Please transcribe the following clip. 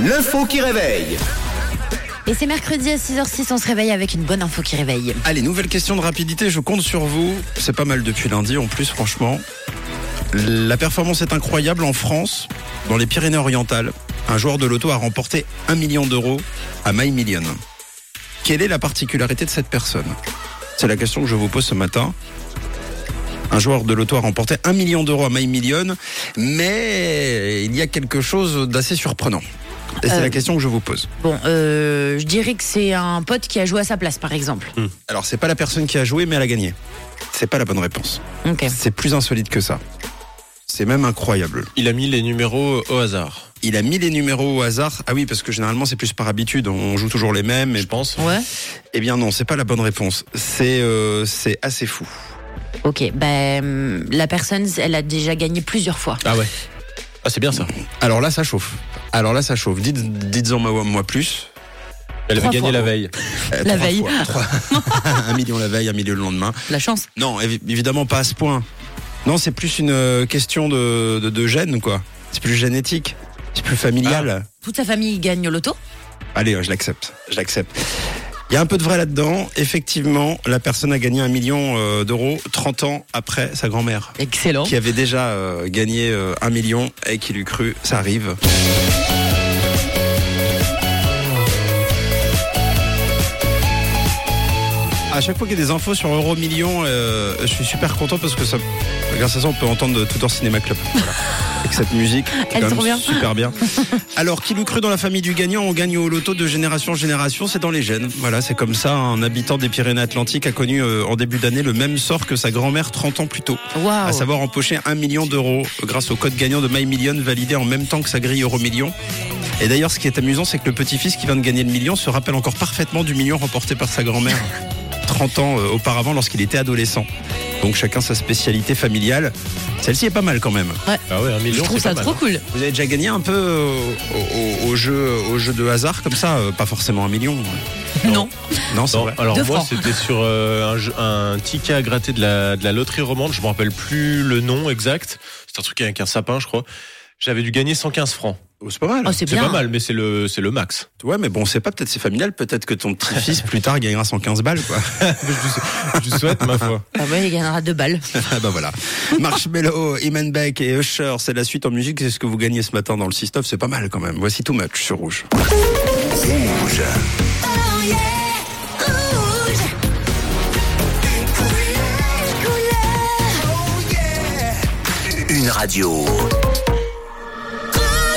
L'info qui réveille. Et c'est mercredi à 6h06, on se réveille avec une bonne info qui réveille. Allez, nouvelle question de rapidité, je compte sur vous. C'est pas mal depuis lundi en plus, franchement. La performance est incroyable en France, dans les Pyrénées-Orientales. Un joueur de loto a remporté 1 million d'euros à My Million. Quelle est la particularité de cette personne C'est la question que je vous pose ce matin. Un joueur de loto a remporté 1 million d'euros à My Million, mais il y a quelque chose d'assez surprenant. Et c'est Euh. la question que je vous pose. Bon, euh, je dirais que c'est un pote qui a joué à sa place, par exemple. Alors, c'est pas la personne qui a joué, mais elle a gagné. C'est pas la bonne réponse. Ok. C'est plus insolite que ça. C'est même incroyable. Il a mis les numéros au hasard, Il a mis les numéros au hasard. Ah oui, parce que généralement, c'est plus par habitude. On joue toujours les mêmes. Et... je pense. Ouais. Eh bien, non, c'est pas la bonne réponse. C'est euh, c'est assez fou. Ok. Ben, hum, la personne, elle a déjà gagné plusieurs fois. Ah ouais. Ah c'est bien ça. Alors là, ça chauffe. Alors là, ça chauffe. Dites- Dites-en moi, moi plus. Elle Trois avait gagné fois. la veille. Euh, La trois veille. fois. Trois. un million la veille, un million le lendemain. La chance. Non, évi- évidemment pas à ce point. Non, c'est plus une euh, question de, de, de gène, quoi. C'est plus génétique. C'est plus familial. Toute sa famille gagne au loto. Allez, je l'accepte. Je l'accepte. Il y a un peu de vrai là-dedans. Effectivement, la personne a gagné un million euh, d'euros 30 ans après sa grand-mère, Excellent. qui avait déjà euh, gagné euh, un million et qui lui crut, ça arrive. À chaque fois qu'il y a des infos sur Euro Million, euh, je suis super content parce que ça, grâce à ça, on peut entendre de Tutor Cinéma Club. Voilà. Avec cette musique, qui est Elle quand est même trop bien. super bien. Alors, qui l'eût cru dans la famille du gagnant, on gagne au loto de génération en génération, c'est dans les gènes. Voilà, c'est comme ça. Un habitant des Pyrénées-Atlantiques a connu euh, en début d'année le même sort que sa grand-mère 30 ans plus tôt. À Waouh. savoir empocher un million d'euros grâce au code gagnant de My Million validé en même temps que sa grille Euro Million. Et d'ailleurs, ce qui est amusant, c'est que le petit-fils qui vient de gagner le million se rappelle encore parfaitement du million remporté par sa grand-mère 30 ans euh, auparavant lorsqu'il était adolescent. Donc chacun sa spécialité familiale. Celle-ci est pas mal quand même. Ah ouais, un Je million. trouve c'est ça pas mal, trop hein. cool. Vous avez déjà gagné un peu euh, au, au- au jeu, au jeu de hasard comme ça euh, Pas forcément un million. Non. Non, c'est Non, vrai. alors Deux moi francs. c'était sur euh, un, jeu- un ticket à gratter de la, de la loterie romande, je me rappelle plus le nom exact. C'est un truc avec un sapin je crois. J'avais dû gagner 115 francs. Oh, c'est pas mal. Oh, c'est C'est bien. pas mal mais c'est le c'est le max. Ouais, mais bon, c'est pas peut-être c'est familial. Peut-être que ton petit-fils plus tard gagnera 115 balles, quoi. je, vous- je vous souhaite ma foi. Ah ouais, il gagnera deux balles. Ah bah voilà. Marshmello, Iman Beck et Usher, c'est la suite en musique, c'est ce que vous gagnez ce matin dans le 6 c'est pas mal quand même. Voici Too Much sur Rouge. Une radio.